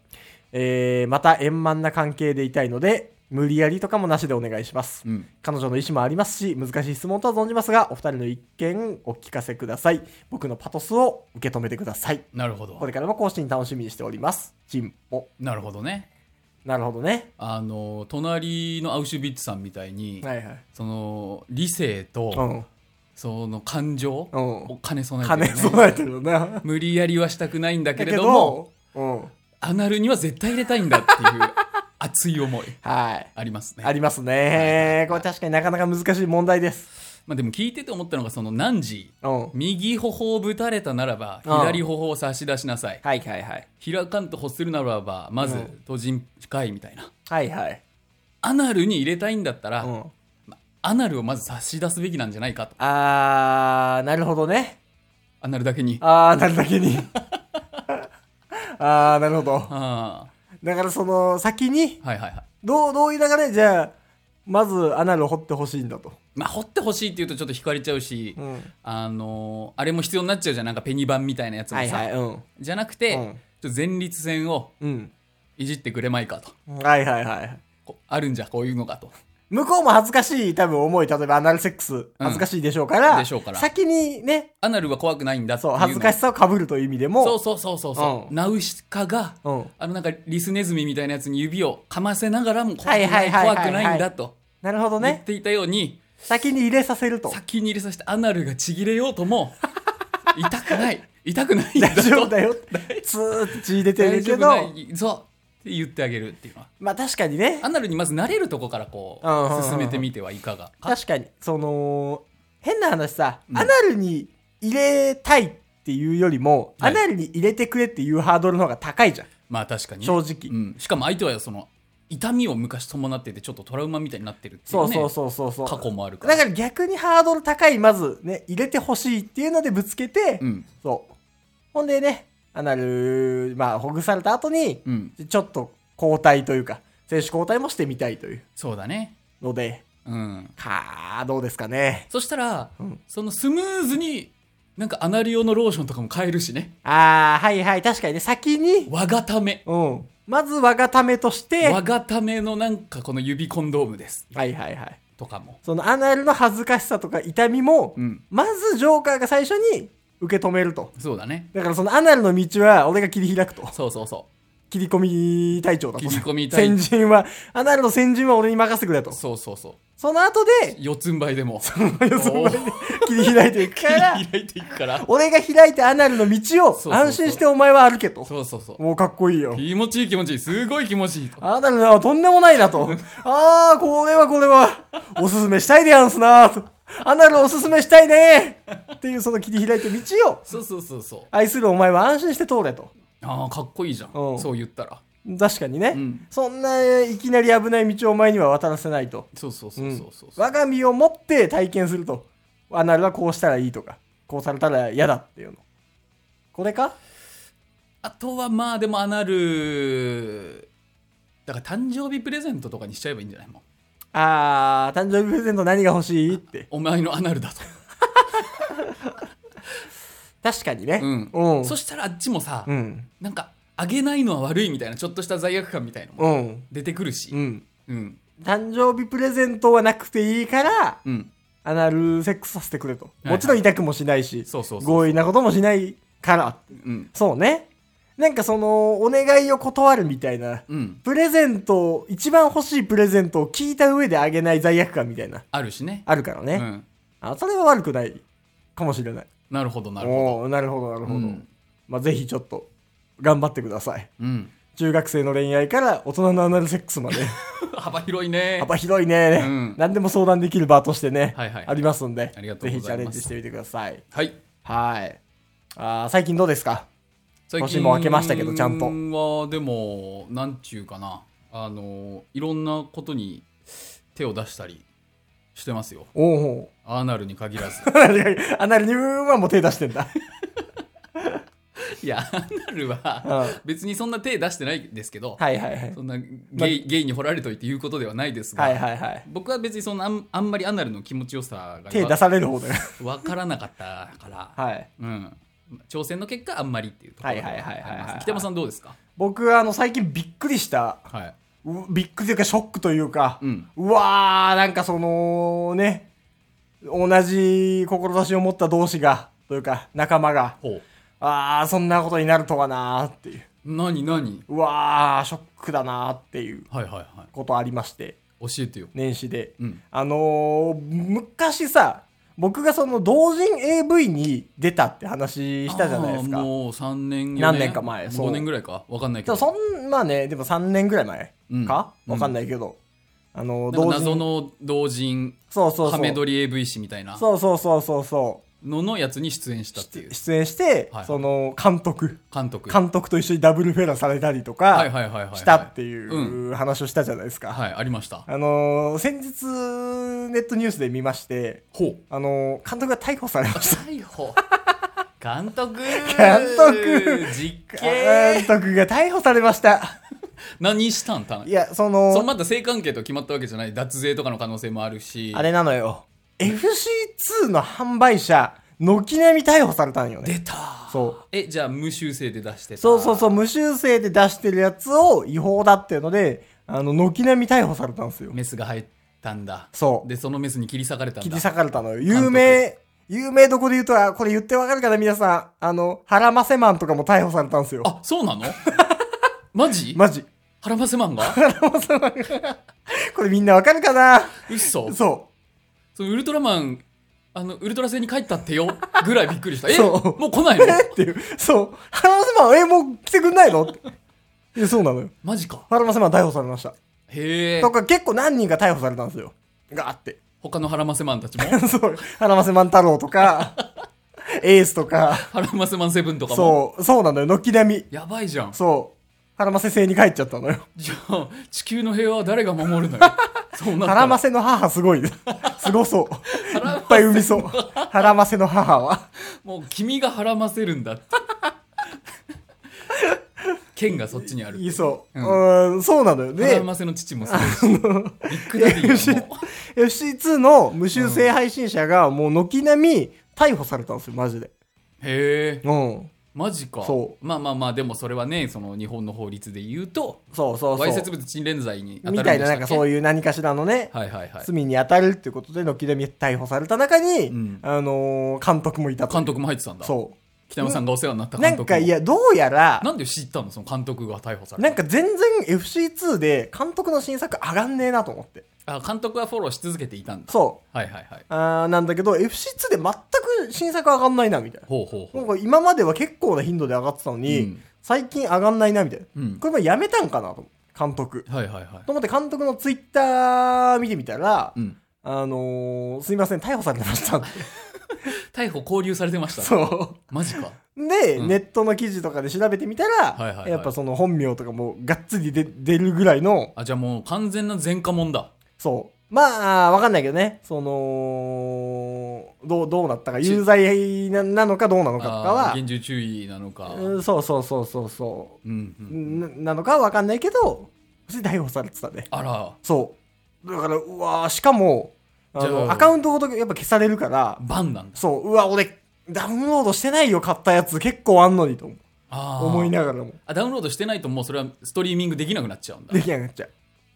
Speaker 6: えー、また円満な関係でいたいので、無理やりとかもなしでお願いします。
Speaker 3: うん
Speaker 6: 彼女の意思もありますし、難しい質問とは存じますが、お二人の一見お聞かせください。僕のパトスを受け止めてください。
Speaker 3: なるほ
Speaker 6: こ
Speaker 3: ど
Speaker 6: れからも更新楽しみにしております。チンポ。
Speaker 3: なるほどね
Speaker 6: なるほどね。
Speaker 3: あの隣のアウシュビッツさんみたいに、
Speaker 6: はいはい。
Speaker 3: その理性と、
Speaker 6: うん。
Speaker 3: その感情
Speaker 6: うん
Speaker 3: を兼ね備えてる
Speaker 6: 金
Speaker 3: ね
Speaker 6: 備えてるな。
Speaker 3: 無理やりはしたくないんだけれ
Speaker 6: だけ
Speaker 3: ども
Speaker 6: ど、うん。
Speaker 3: アナルには絶対入れたいんだ
Speaker 6: <laughs>
Speaker 3: っていう熱い思い
Speaker 6: はい。
Speaker 3: ありますね
Speaker 6: ありますね。これ確かになかなか難しい問題です。
Speaker 3: まあ、でも聞いてて思ったのがその何時
Speaker 6: うん。
Speaker 3: 右頬をぶたれたならば
Speaker 6: うん
Speaker 3: 左頬を差し出しなさい
Speaker 6: はいはいはい。
Speaker 3: 開かんと欲するならばまず
Speaker 6: うん
Speaker 3: 閉じんかいみたいな、
Speaker 6: はいはい。
Speaker 3: アナルに入れたいんだったら、
Speaker 6: うん。
Speaker 3: アナルをまず差し出すべきなんじゃないかと
Speaker 6: あー、なるほどね。
Speaker 3: アナルだけにあ
Speaker 6: あー、なるだけに。あー、なるほど。
Speaker 3: あ
Speaker 6: だからその、先に、
Speaker 3: はいはいはい
Speaker 6: どう、どういう流れじゃあ、まずアナルを掘ってほしいんだと。
Speaker 3: まあ掘ってほしいっていうとちょっと惹かれちゃうし、
Speaker 6: うん。
Speaker 3: あのーあれも必要になっちゃうじゃんなんかペニバンみたいなやつもさ、
Speaker 6: はいはい、うん。
Speaker 3: じゃなくて、
Speaker 6: うん
Speaker 3: ちょっと前立腺を
Speaker 6: うん。
Speaker 3: いじってくれまいかと
Speaker 6: はいはいはい。
Speaker 3: こあるんじゃこういうのかと
Speaker 6: 向こうも恥ずかしい、多分思い、例えばアナルセックス、恥ずかしいでしょうから、
Speaker 3: でしょうから
Speaker 6: 先にね、
Speaker 3: アナルは怖くないんだっていう
Speaker 6: そう、
Speaker 3: の
Speaker 6: 恥ずかしさをかぶるという意味でも、
Speaker 3: そうそうそうそうそう、
Speaker 6: うん
Speaker 3: ナウシカが、
Speaker 6: うん
Speaker 3: あのなんかリスネズミみたいなやつに指をかませながらも怖くな,、
Speaker 6: はいいはいはいはいはい
Speaker 3: 怖くないんだと
Speaker 6: なるほど
Speaker 3: 言っ
Speaker 6: ね。
Speaker 3: ていたように、
Speaker 6: 先に入れさせると。
Speaker 3: 先に入れさせてアナルがちぎれようと
Speaker 6: <laughs>
Speaker 3: も痛くない痛くないんだ
Speaker 6: 大
Speaker 3: と
Speaker 6: 丈夫だよ。つーっと血出て
Speaker 3: 大
Speaker 6: る
Speaker 3: 丈
Speaker 6: け
Speaker 3: 夫な
Speaker 6: ど、
Speaker 3: いそうって言ってあげるっていうのは
Speaker 6: まあ確かにね
Speaker 3: ア。ナルにまず慣れるとこからこ
Speaker 6: うんうんうんう
Speaker 3: うん進めてみてはいかがか
Speaker 6: 確かに。その、変な話さ、
Speaker 3: ん
Speaker 6: アナルに入れたいっていうよりも、
Speaker 3: はい
Speaker 6: アナルに入れてくれっていうハードルの方が高いじゃん。
Speaker 3: まあ確かに
Speaker 6: 正直
Speaker 3: うん、しかも相手はその痛みを昔伴っててちょっとトラウマみたいになってるってい
Speaker 6: そうう
Speaker 3: ね
Speaker 6: そうそうそうそう。
Speaker 3: 過去もあるから
Speaker 6: だから逆にハードル高い、まずね、入れてほしいっていうのでぶつけて、
Speaker 3: うん
Speaker 6: そう。ほんでね、アナル、まあ、ほぐされた後に、
Speaker 3: うん
Speaker 6: ちょっと交代というか、選手交代もしてみたいという
Speaker 3: そうだね
Speaker 6: ので、
Speaker 3: うん
Speaker 6: かー、どうですかね。
Speaker 3: そしたら、
Speaker 6: うん
Speaker 3: そのスムーズになんかアナル用のローションとかも買えるしね
Speaker 6: あー、はいはい、確かにね、先に、
Speaker 3: 我がため
Speaker 6: うん。まず我がためとして、
Speaker 3: 我
Speaker 6: はい
Speaker 3: がためのなんかこの指コンドームです
Speaker 6: はいはい。
Speaker 3: ととかも。
Speaker 6: そのアナルの恥ずかしさとか痛みも、
Speaker 3: うん
Speaker 6: まずジョーカーが最初に受け止めると。
Speaker 3: そうだね。
Speaker 6: だからそのアナルの道は俺が切り開くと。
Speaker 3: そうそうそ
Speaker 6: 切り込み隊長だと。
Speaker 3: 切り込み隊
Speaker 6: 隊長。先人は、アナルの先人は俺に任せてくれと
Speaker 3: う。。そうそうそう。
Speaker 6: その後で、
Speaker 3: 四つん這いでも。
Speaker 6: <laughs> その切り開いていく
Speaker 3: <laughs>
Speaker 6: から、
Speaker 3: 開いていくから。
Speaker 6: 俺が開いてアナルの道
Speaker 3: そうそう
Speaker 6: を安心してお前は歩けと。
Speaker 3: そうそうそう。
Speaker 6: もうかっこいいよ。
Speaker 3: 気持ちいい気持ちいい。すごい気持ちいいと。
Speaker 6: アナルはとんでもないなと。ああ、これはこれは、おすすめしたいでやんすなと。アナルおすすめしたいねっていうその切り開いて道を、
Speaker 3: そうそうそうそう。
Speaker 6: 愛するお前は安心して通れと。
Speaker 3: ああ、かっこいいじゃん。
Speaker 6: うん
Speaker 3: そう言ったら。
Speaker 6: 確かにね、
Speaker 3: うん
Speaker 6: そんないきなり危ない道をお前には渡らせないと。
Speaker 3: そうそうそうそうそう。
Speaker 6: 我が身を持って体験すると。アナルはこうしたらいいとか、こうされたら嫌だっていうの。これか
Speaker 3: あとはまあでもアナル、だから誕生日プレゼントとかにしちゃえばいいんじゃないもん。
Speaker 6: あー、誕生日プレゼント何が欲しいって。
Speaker 3: お前のアナルだと。
Speaker 6: 確かにね。
Speaker 3: うん
Speaker 6: うん。
Speaker 3: そしたらあっちもさ、
Speaker 6: うん。
Speaker 3: なんか、あげないのは悪いみたいな、ちょっとした罪悪感みたいなのも
Speaker 6: うん。
Speaker 3: 出てくるし
Speaker 6: う。ん。
Speaker 3: うん。
Speaker 6: 誕生日プレゼントはなくていいから、
Speaker 3: うん。
Speaker 6: アナルセックスさせてくれと。
Speaker 3: い
Speaker 6: もちろん痛くもしないし、
Speaker 3: そうそうそうそう
Speaker 6: 強引なこともしないから。
Speaker 3: うん。
Speaker 6: そうね。なんかその、お願いを断るみたいな、
Speaker 3: うん。
Speaker 6: プレゼントを、一番欲しいプレゼントを聞いた上であげない罪悪感みたいな、
Speaker 3: あるしね。
Speaker 6: あるからね。
Speaker 3: うん。
Speaker 6: あそれは悪くないかもしれない。
Speaker 3: なるほど、なるほ
Speaker 6: おおーなるほど、なるほど。
Speaker 3: うん
Speaker 6: まあ、ぜひちょっと、頑張ってください。
Speaker 3: ど。うん。 <laughs>
Speaker 6: 中学生の恋愛から大人のアナルセックスまで
Speaker 3: 幅広いね。
Speaker 6: 幅広いね、
Speaker 3: うん
Speaker 6: 何でも相談できる場としてね、
Speaker 3: はいはい
Speaker 6: ありますんで
Speaker 3: ありがと
Speaker 6: ぜ
Speaker 3: うございます
Speaker 6: ひチャレンジしてみてください
Speaker 3: はい。
Speaker 6: はいあー最近どうですか
Speaker 3: 最
Speaker 6: 年も明けましたけどちゃんと
Speaker 3: は、でも、なんちゅうかな。あの、いろんなことに手を出したりしてますよ。
Speaker 6: おお
Speaker 3: アナルに限らず。
Speaker 6: <laughs> アナルにうんはもう手出してんだ
Speaker 3: いや、アナル
Speaker 6: <laughs>
Speaker 3: は、別にそんな手出してないですけど、
Speaker 6: はいはいはい
Speaker 3: そんなゲイゲイに掘られといて言うことではないですが、
Speaker 6: はいはいはい
Speaker 3: 僕は別にそんなあんあんまりアナルの気持ちよさが
Speaker 6: 手出される方
Speaker 3: <laughs>
Speaker 6: だよ
Speaker 3: わからなかったから、
Speaker 6: はい
Speaker 3: うん、挑戦の結果あんまりっていうところではあります
Speaker 6: はいはいはいはいはい
Speaker 3: 北山さんどうですか
Speaker 6: 僕はあの最近びっくりした
Speaker 3: はい、
Speaker 6: うびっくりというかショックというか、
Speaker 3: うん
Speaker 6: わーなんかそのね同じ志を持った同士がというか仲間が
Speaker 3: ほう
Speaker 6: ああ、そんなことになるとはなーっていう。
Speaker 3: 何何
Speaker 6: うわー、ショックだなーっていう
Speaker 3: はいはいはい
Speaker 6: ことありまして、
Speaker 3: 教えてよ
Speaker 6: 年始で。
Speaker 3: うん
Speaker 6: あのー昔さ、僕がその同人 AV に出たって話したじゃないです
Speaker 3: あ
Speaker 6: か
Speaker 3: ー。もう3年
Speaker 6: 何年か前そう
Speaker 3: 5年ぐらいか分かんないけ
Speaker 6: で
Speaker 3: ど
Speaker 6: もそん、まあね、でも3年ぐらい前か、
Speaker 3: うん
Speaker 6: わかんないけど。あ
Speaker 3: なん
Speaker 6: のー同
Speaker 3: か謎
Speaker 6: 人。
Speaker 3: の同人
Speaker 6: そうそう
Speaker 3: ハ
Speaker 6: そ
Speaker 3: メ
Speaker 6: う。
Speaker 3: 撮り AV 誌みたいな
Speaker 6: そうそうそうそうそ
Speaker 3: ののやつに出演したっていう
Speaker 6: う。出演して、
Speaker 3: はい
Speaker 6: その、監督。
Speaker 3: 監督
Speaker 6: 監督と一緒にダブルフェラされたりと
Speaker 3: はいはい
Speaker 6: か、
Speaker 3: はいはいはい
Speaker 6: したって
Speaker 3: うん
Speaker 6: いう話をしたじゃないですか。
Speaker 3: はいありました
Speaker 6: あのー先日、ネットニュースで見まして、
Speaker 3: ほう
Speaker 6: あのー監督が逮捕されました。
Speaker 3: 逮
Speaker 6: <laughs>
Speaker 3: 捕監督
Speaker 6: 監督
Speaker 3: 実刑
Speaker 6: 監督が逮捕されました。
Speaker 3: 何したんたない
Speaker 6: や、その、
Speaker 3: そのまた性関係と決まったわけじゃない脱税とかの可能性もあるし
Speaker 6: あれなのよ。FC2 の販売者、軒並み逮捕されたんよね。
Speaker 3: 出た
Speaker 6: そう
Speaker 3: えじゃあ無修正で出してた
Speaker 6: そうそうそう、無修正で出してるやつを違法だっていうので、あの、軒並み逮捕されたんですよ。
Speaker 3: メスが入ったんだ
Speaker 6: そう
Speaker 3: でそのメスに切り裂かれたんだ
Speaker 6: 切り裂かれたのよ。有名、有名どこで言うと、あこれ言ってわかるかな、皆さん。あの、原マセマンとかも逮捕されたんですよ。
Speaker 3: あそう
Speaker 6: <laughs>
Speaker 3: なのマジ
Speaker 6: マジ。 <laughs>
Speaker 3: 腹ばせマンが
Speaker 6: これみんなわかるかな
Speaker 3: 嘘そ
Speaker 6: そう。
Speaker 3: のウルトラマンあのウルトラ星に帰ったってよぐらいびっくりしたえ
Speaker 6: そう
Speaker 3: もう来ないの
Speaker 6: えっていう。そう。原マセマン、え、もう来てくんないのって。いや、そうなのよ。
Speaker 3: マジか
Speaker 6: 原マセマン逮捕されました。
Speaker 3: へえ
Speaker 6: とか、結構何人か逮捕されたんですよ。ガーって。 <laughs>
Speaker 3: 他の腹ませマンたちも
Speaker 6: そう。原マセマン太郎とか、エースとか、
Speaker 3: 腹ませマンセブンとかも
Speaker 6: そう、そうなのよ。軒並み。
Speaker 3: やばいじゃん
Speaker 6: そう。原マセ星に帰っちゃったのよ。
Speaker 3: じゃあ地球の平和は誰が守るのよ
Speaker 6: <laughs>
Speaker 3: そうなったら
Speaker 6: 原マセの母すごい。 <laughs> すごそう。いっぱい産みそう。原マセの母は。
Speaker 3: もう君がはらませるんだって剣がそっちにある
Speaker 6: いそう。
Speaker 3: う
Speaker 6: うんーん、そうなのよ。
Speaker 3: は
Speaker 6: で
Speaker 3: ら、ませの父もそうだしビッグダデ
Speaker 6: <laughs>
Speaker 3: ィがも
Speaker 6: FC2 の無修正配信者がもう軒並み逮捕されたんですよ、マジで。
Speaker 3: うへえ
Speaker 6: うん。
Speaker 3: マジか
Speaker 6: そ
Speaker 3: まあまあまあでもそれはねその日本の法律で言うと
Speaker 6: そうそうそ
Speaker 3: わいせつ
Speaker 6: う。
Speaker 3: 物陳列罪に当たる
Speaker 6: みたいな、なん
Speaker 3: ん
Speaker 6: か
Speaker 3: でし
Speaker 6: そ
Speaker 3: たっ
Speaker 6: ういう何かしらのね
Speaker 3: け、はいはいはい
Speaker 6: 罪に当たるっていうことで、軒並み逮捕された中に、
Speaker 3: うん
Speaker 6: あのー監督もいたと。
Speaker 3: 監督も入ってたんだ
Speaker 6: そ
Speaker 3: 北山さんがお世話になった
Speaker 6: う。な
Speaker 3: 監督
Speaker 6: ん
Speaker 3: も
Speaker 6: か、いや、どうやら、
Speaker 3: なんで知ったのその監督が逮捕された
Speaker 6: なんか全然 FC2 で監督の新作上がんねえなと思って。
Speaker 3: あ監督はフォローし続けていたんだ
Speaker 6: そう。
Speaker 3: はいはいはい
Speaker 6: あーなんだけど、FC2 で全く新作上がんないな、みたいな。
Speaker 3: ほうほうほ
Speaker 6: なん
Speaker 3: う
Speaker 6: か今までは結構な頻度で上がってたのに、
Speaker 3: うん
Speaker 6: 最近上がんないな、みたいな。
Speaker 3: うん
Speaker 6: これもやめたんかなと思って、監督。
Speaker 3: はいはいはい
Speaker 6: と思って監督のツイッター見てみたら、
Speaker 3: うん
Speaker 6: あのーすいません、逮捕されてまし
Speaker 3: <laughs>
Speaker 6: たって。
Speaker 3: 逮捕拘留されてました
Speaker 6: そ
Speaker 3: マジか
Speaker 6: う。で、
Speaker 3: うん
Speaker 6: ネットの記事とかで調べてみたら、
Speaker 3: はいはいはい
Speaker 6: やっぱその本名とかもがっつり出出るぐらいの、
Speaker 3: あじゃあもう完全な前科者だ
Speaker 6: そう。まあ、わかんないけどね、その、どう、どうなったか、
Speaker 3: ち
Speaker 6: 有罪ななのかどうなのかとか
Speaker 3: あー
Speaker 6: は、
Speaker 3: 厳重注意なのか
Speaker 6: うんそうそうそうそうそ
Speaker 3: うんう
Speaker 6: う、
Speaker 3: ん
Speaker 6: ななのかはわかんないけど、普通に逮捕されてたね。
Speaker 3: あら
Speaker 6: そう。だから、うわーしかも、あ
Speaker 3: じゃ
Speaker 6: の、
Speaker 3: あ
Speaker 6: アカウントごとやっぱ消されるから、
Speaker 3: バンなんだ
Speaker 6: そう、うわ、俺、ダウンロードしてないよ、買ったやつ結構あんのにと思う
Speaker 3: あー
Speaker 6: 思いながらも、
Speaker 3: あダウンロードしてないともうそれはストリーミングできなくなっちゃうんだ
Speaker 6: 出来上がっちゃ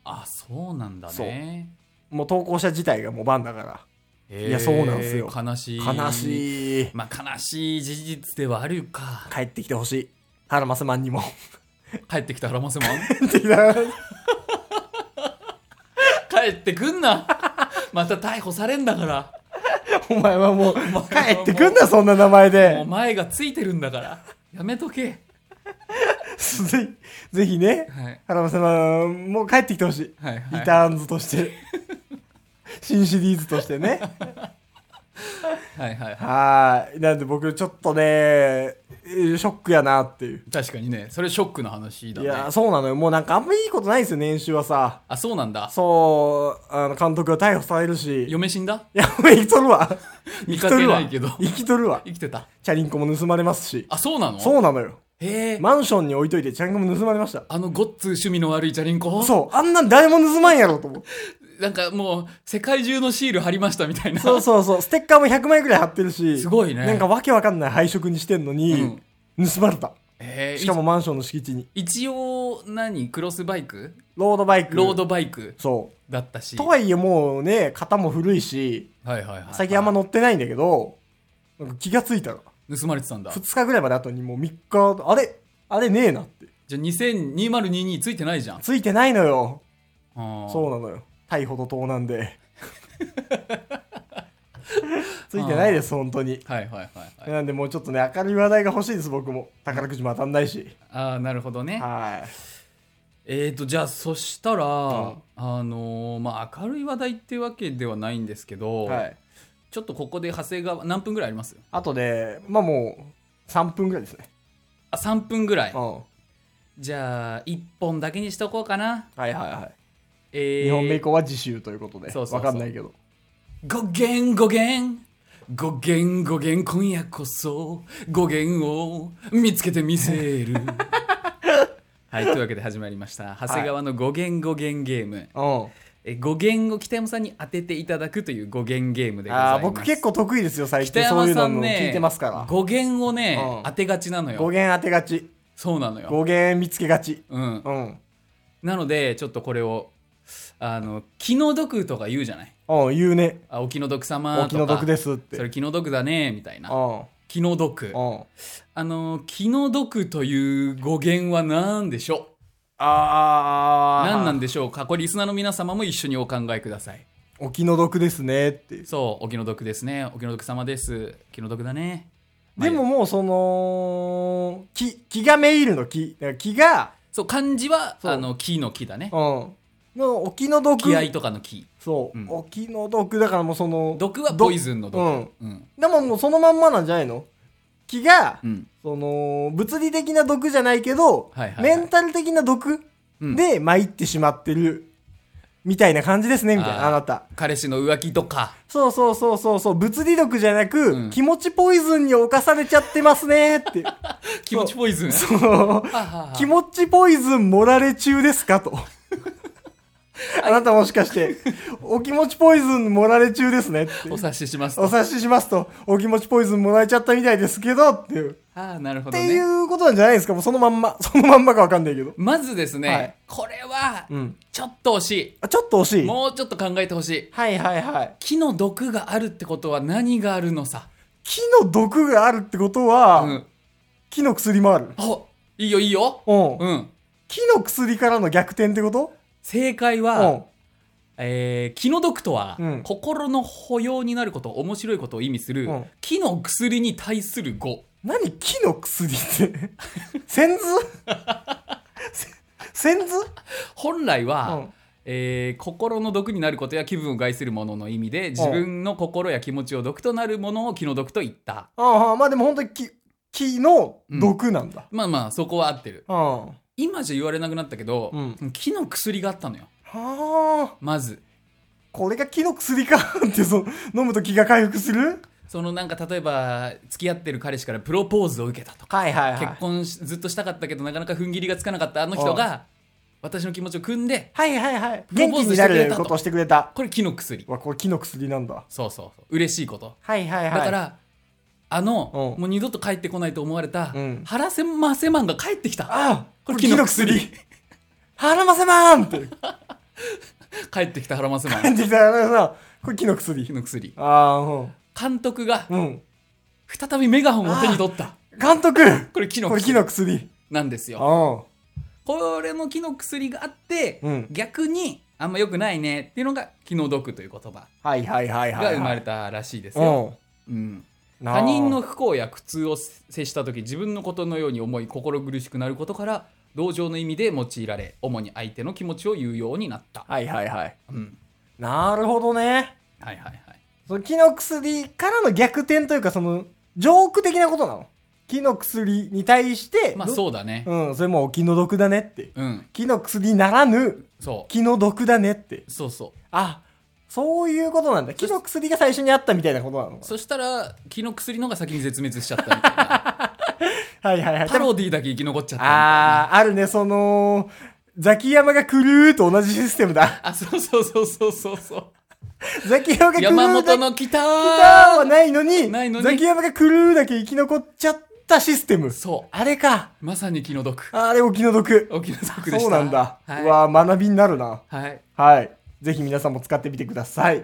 Speaker 3: あそうなんだね
Speaker 6: う。もう投稿者自体がもうバンだか
Speaker 3: い
Speaker 6: いやそうなんすよ
Speaker 3: 悲しい
Speaker 6: ら、悲しい。
Speaker 3: まあ悲しい事実ではあるか <laughs>
Speaker 6: 帰ってきてほしい。ハラマスマンにも。
Speaker 3: 帰ってきたラマセマン
Speaker 6: 的
Speaker 3: <laughs>
Speaker 6: な
Speaker 3: 帰ってくんな <laughs> また逮捕されんだから
Speaker 6: <laughs> お前はもう、
Speaker 3: 前は
Speaker 6: 帰
Speaker 3: も
Speaker 6: っ
Speaker 3: う
Speaker 6: てくんな、そんな名前
Speaker 3: もう
Speaker 6: で。
Speaker 3: 前がついてるんだからやめとけ
Speaker 6: ぜひ、ぜひね、
Speaker 3: はい
Speaker 6: ハラマスマンもう帰ってきてほしい。
Speaker 3: はいはい
Speaker 6: リターンズと
Speaker 3: <laughs>
Speaker 6: して。新シリーズとしてね。
Speaker 3: はいはいは
Speaker 6: はーい。なんで僕ちょっとね、えーショックやなっていう。
Speaker 3: い確かにねそれショックの話だ
Speaker 6: い
Speaker 3: ね
Speaker 6: やー、そうなのよ。もうなんかあんまいいことないんですよ、年収はさ。
Speaker 3: あそうなんだ
Speaker 6: そう、あの、監督が逮捕されるし。い
Speaker 3: 嫁死んだ
Speaker 6: や、お前生きと
Speaker 3: <laughs>
Speaker 6: るわ。
Speaker 3: 見か
Speaker 6: 生きと
Speaker 3: け
Speaker 6: る
Speaker 3: な
Speaker 6: わ。
Speaker 3: いけど
Speaker 6: 生きとるわ。
Speaker 3: 生きてた
Speaker 6: チャリンコも盗まれますし。
Speaker 3: あそうなの
Speaker 6: そうなのよ。
Speaker 3: へえ
Speaker 6: マンションに置いといてチャリンコも盗まれました。
Speaker 3: あのごっつ趣味の悪いチャリンコ
Speaker 6: そう、あんなん誰も盗まんやろと思って。
Speaker 3: なんかもう世界中のシール貼りましたみたいな
Speaker 6: そうそ
Speaker 3: <laughs>
Speaker 6: うそう、ステッカーも100枚くらい貼ってるし、
Speaker 3: すごいね
Speaker 6: なんかわけわかんない配色にしてんのに、盗まれた。
Speaker 3: えー
Speaker 6: しかもマンションの敷地に。
Speaker 3: い一応何クロスバイク
Speaker 6: ロードバイク。
Speaker 3: ロードバイク
Speaker 6: そ
Speaker 3: だったし、
Speaker 6: う。とはいえもうね、型も古いし、
Speaker 3: はいはいはい
Speaker 6: 最近あんま乗ってないんだけど、なんか気がついたら、
Speaker 3: 盗まれてたんだ
Speaker 6: 2日ぐらいまで後にもう3日、あれあれねえなって。
Speaker 3: じゃあ2000 2022ついてないじゃん
Speaker 6: ついてないのよ。そう
Speaker 3: そ
Speaker 6: なのよ。逮捕と盗
Speaker 3: <laughs>
Speaker 6: 難で。ついてないです、本当に。
Speaker 3: はいはいはいはい
Speaker 6: なんでもうちょっとね、明るい話題が欲しいです、僕も。宝くじも当たんない
Speaker 3: <laughs>
Speaker 6: し。
Speaker 3: ああなるほどね
Speaker 6: はい。
Speaker 3: えーとじゃあそしたら、
Speaker 6: ん
Speaker 3: あのーまあ明るい話題ってわけではないんですけど、
Speaker 6: はい。
Speaker 3: ちょっとここで長谷川何分ぐらいあります
Speaker 6: あとで、まあもう、3分ぐらいですね。
Speaker 3: あ3分ぐらい
Speaker 6: うん。は
Speaker 3: じゃあ1本だけにしとこうかない
Speaker 6: はいは
Speaker 3: えー
Speaker 6: い。日本目以降は自習ということで。
Speaker 3: そうそうそう
Speaker 6: わかんないけど。
Speaker 3: ごげんごげんごげんごげん今夜こそごげんを見つけてみせる <laughs> はいというわけで始まりました長谷川のごげんごげんゲーム、
Speaker 6: う
Speaker 3: えごげんを北山さんに当てていただくというごげんゲームで
Speaker 6: ん。
Speaker 3: ございま
Speaker 6: ああ、
Speaker 3: す
Speaker 6: 僕結構得意ですよ、最
Speaker 3: 北
Speaker 6: 近。そう
Speaker 3: 山
Speaker 6: いうの
Speaker 3: さん
Speaker 6: も
Speaker 3: ね
Speaker 6: 聞いてますから。
Speaker 3: 語源をね、
Speaker 6: うん
Speaker 3: 当てがちなの
Speaker 6: 語
Speaker 3: よ
Speaker 6: 源当てがち。
Speaker 3: そうなのよ
Speaker 6: 語源見つけがち。
Speaker 3: うん
Speaker 6: うん。
Speaker 3: なのでちょっとこれをあの気の毒とか言うじゃない
Speaker 6: うん、言うね。
Speaker 3: あお気の毒様とか
Speaker 6: お気の毒ですって。。
Speaker 3: そうれ気の毒だねみたいなん気の毒
Speaker 6: うん。
Speaker 3: あの気の毒という語源は何でしょう
Speaker 6: あー。
Speaker 3: 何なんで
Speaker 6: で
Speaker 3: しょうかこれリスナーの皆様も一緒にお考えください
Speaker 6: お気の毒ですねっていう。
Speaker 3: そうお気の毒ですねお気の毒様です気の毒だね
Speaker 6: でももうその、気、気がめいるの気。だから気が、
Speaker 3: そう漢字は
Speaker 6: そう
Speaker 3: あの気の気だね
Speaker 6: うん。の、お気の毒。
Speaker 3: 気合とかの気
Speaker 6: そう、
Speaker 3: うん
Speaker 6: お気の毒。だからもうその、
Speaker 3: 毒はポイズンの
Speaker 6: どうん
Speaker 3: 毒。うん。
Speaker 6: でももうそのまんまなんじゃないの気が、
Speaker 3: うん。
Speaker 6: その、物理的な毒じゃないけど、
Speaker 3: はいはいはい
Speaker 6: メンタル的な毒
Speaker 3: うん
Speaker 6: で参ってしまってる。みたいな感じですね、みたい
Speaker 3: あ
Speaker 6: な、
Speaker 3: ー
Speaker 6: あなた。
Speaker 3: 彼氏の浮気とか。
Speaker 6: そうそうそうそうそう、物理毒じゃなく、
Speaker 3: うん
Speaker 6: 気持ちポイズンに侵されちゃってます
Speaker 3: <laughs>
Speaker 6: ねって。
Speaker 3: 気持ちポイズン。
Speaker 6: そう
Speaker 3: はあはあはあ
Speaker 6: 気持ちポイズン盛られ中ですかと。あなたもしかして、お気持ちポイズンもられ中ですねって。
Speaker 3: お察しします
Speaker 6: お
Speaker 3: と。
Speaker 6: 察ししますと、お気持ちポイズンもらえちゃったみたいですけど、っていう。
Speaker 3: ああ、なるほ
Speaker 6: っ
Speaker 3: ど
Speaker 6: て
Speaker 3: ね。
Speaker 6: いうことなんじゃないですかもうそのまんま。 <laughs> そのまんまかわかんないけど。
Speaker 3: まずですね、
Speaker 6: はい
Speaker 3: これは
Speaker 6: うん、
Speaker 3: ちょっと惜し
Speaker 6: あ、ちょっと惜し
Speaker 3: い。
Speaker 6: い。
Speaker 3: もうちょっと考えてほしい。
Speaker 6: はいはいはい。
Speaker 3: 木の毒があるってことは何があるのさ。
Speaker 6: 木の毒があるってことは、
Speaker 3: うん。
Speaker 6: 木の薬もある。
Speaker 3: あ、いいよいいよ。
Speaker 6: うん。
Speaker 3: うん。
Speaker 6: 木の薬からの逆転ってこと
Speaker 3: 正解は、えー気の毒とは、
Speaker 6: うん
Speaker 3: 心の保養になること面白いことを意味する、
Speaker 6: うん
Speaker 3: 気の薬に対する語
Speaker 6: うん。何木の薬って。 <laughs> 先頭 <laughs> せ先頭
Speaker 3: 本来は、
Speaker 6: うん
Speaker 3: えー心の毒になることや気分を害するものの意味で自分の心や気持ちを毒となるものを気の毒と言った、
Speaker 6: ああ、まあでも本当に木、木の毒なんだ。
Speaker 3: まあまあそこは合ってる
Speaker 6: うん。は
Speaker 3: 今じゃ言われなくなったけど、
Speaker 6: う
Speaker 3: 気の薬があったのよ
Speaker 6: あ。
Speaker 3: まず
Speaker 6: これが木の薬か <laughs> ってそ飲むと気が回復する
Speaker 3: そのなんか例えば付き合ってる彼氏からプロポーズを受けたとか
Speaker 6: はいはい
Speaker 3: 結婚しずっとしたかったけどなかなか踏ん切りがつかなかったあの人が私の気持ちを汲んで
Speaker 6: はいはいはい
Speaker 3: プロポ
Speaker 6: 元
Speaker 3: ー
Speaker 6: 気
Speaker 3: ズ
Speaker 6: に
Speaker 3: して
Speaker 6: な
Speaker 3: くれたと
Speaker 6: ることをしてくれた
Speaker 3: これ気の薬
Speaker 6: わこれ木の薬なんだ
Speaker 3: そうそうそう嬉しいこと
Speaker 6: はいはいはい
Speaker 3: だからあの
Speaker 6: うん
Speaker 3: もう二度と帰ってこないと思われた
Speaker 6: うん
Speaker 3: 原瀬マセマンが帰ってきた
Speaker 6: ああ
Speaker 3: こ
Speaker 6: こ
Speaker 3: れ
Speaker 6: れ
Speaker 3: 木
Speaker 6: 木
Speaker 3: の
Speaker 6: の
Speaker 3: 薬
Speaker 6: 薬腹ませまーんって
Speaker 3: <laughs> 帰ってきた原瀬マ
Speaker 6: 言
Speaker 3: ン
Speaker 6: ってきたらさこれ木の
Speaker 3: 気
Speaker 6: 薬
Speaker 3: の薬
Speaker 6: ああうん
Speaker 3: 監督が
Speaker 6: うん
Speaker 3: 再びメガホンを手に取った
Speaker 6: 監督
Speaker 3: これ木の
Speaker 6: これ木
Speaker 3: 薬
Speaker 6: の薬
Speaker 3: なんですよ
Speaker 6: あ
Speaker 3: これの木の薬があって
Speaker 6: うん
Speaker 3: 逆にあんま良くないねっていうのが気の毒という言葉
Speaker 6: あはいはいはいはい
Speaker 3: が生まれ
Speaker 6: た
Speaker 3: たらしいです
Speaker 6: う
Speaker 3: よ、
Speaker 6: ん
Speaker 3: うん、
Speaker 6: なあ
Speaker 3: 他人の不幸や苦痛を接した時自分のことのように思い心苦しくなることから同情の意味で用いられ主に相手の気持ちを言うようになった、
Speaker 6: はいはいはい
Speaker 3: うん、
Speaker 6: なるほどね
Speaker 3: はいはいはい
Speaker 6: その木の薬からの逆転というかそのジョーク的なことなの木の薬に対して
Speaker 3: まあそうだね
Speaker 6: うん、それもうお気の毒だねって。
Speaker 3: うん
Speaker 6: 気の薬ならぬ
Speaker 3: そ
Speaker 6: 気の毒だねって。
Speaker 3: うそうそ
Speaker 6: あ、そういうことなんだ。気の薬が最初にあったみたいなことなの
Speaker 3: うそしたら気の薬のが先に絶滅しちゃったみ
Speaker 6: <laughs>
Speaker 3: たいな
Speaker 6: はいはいはい。
Speaker 3: パロディだけ生き残っちゃったみたいな
Speaker 6: あー、あるね、その、ザキヤマがクルーと同じシステムだ。 <laughs>
Speaker 3: あそうそうそうそうそうそう
Speaker 6: ザキヤマがクルー
Speaker 3: 山
Speaker 6: だ
Speaker 3: 本
Speaker 6: け
Speaker 3: の北
Speaker 6: はないのに、
Speaker 3: ないのに
Speaker 6: ザキヤマがクルーだけ生き残っちゃったシステム。
Speaker 3: そう
Speaker 6: あれか。
Speaker 3: まさに気の毒
Speaker 6: あれお気の毒。
Speaker 3: 沖縄族でした
Speaker 6: そうなんだ。
Speaker 3: はいう
Speaker 6: わー学びになるな。
Speaker 3: はい、
Speaker 6: はい。ぜひ皆さんも使ってみてください。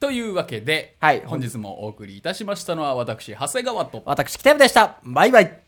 Speaker 3: というわけで、
Speaker 6: はい
Speaker 3: 本日もお送りいたしましたのは私長谷川と
Speaker 6: 私、北山でした。バイバイ。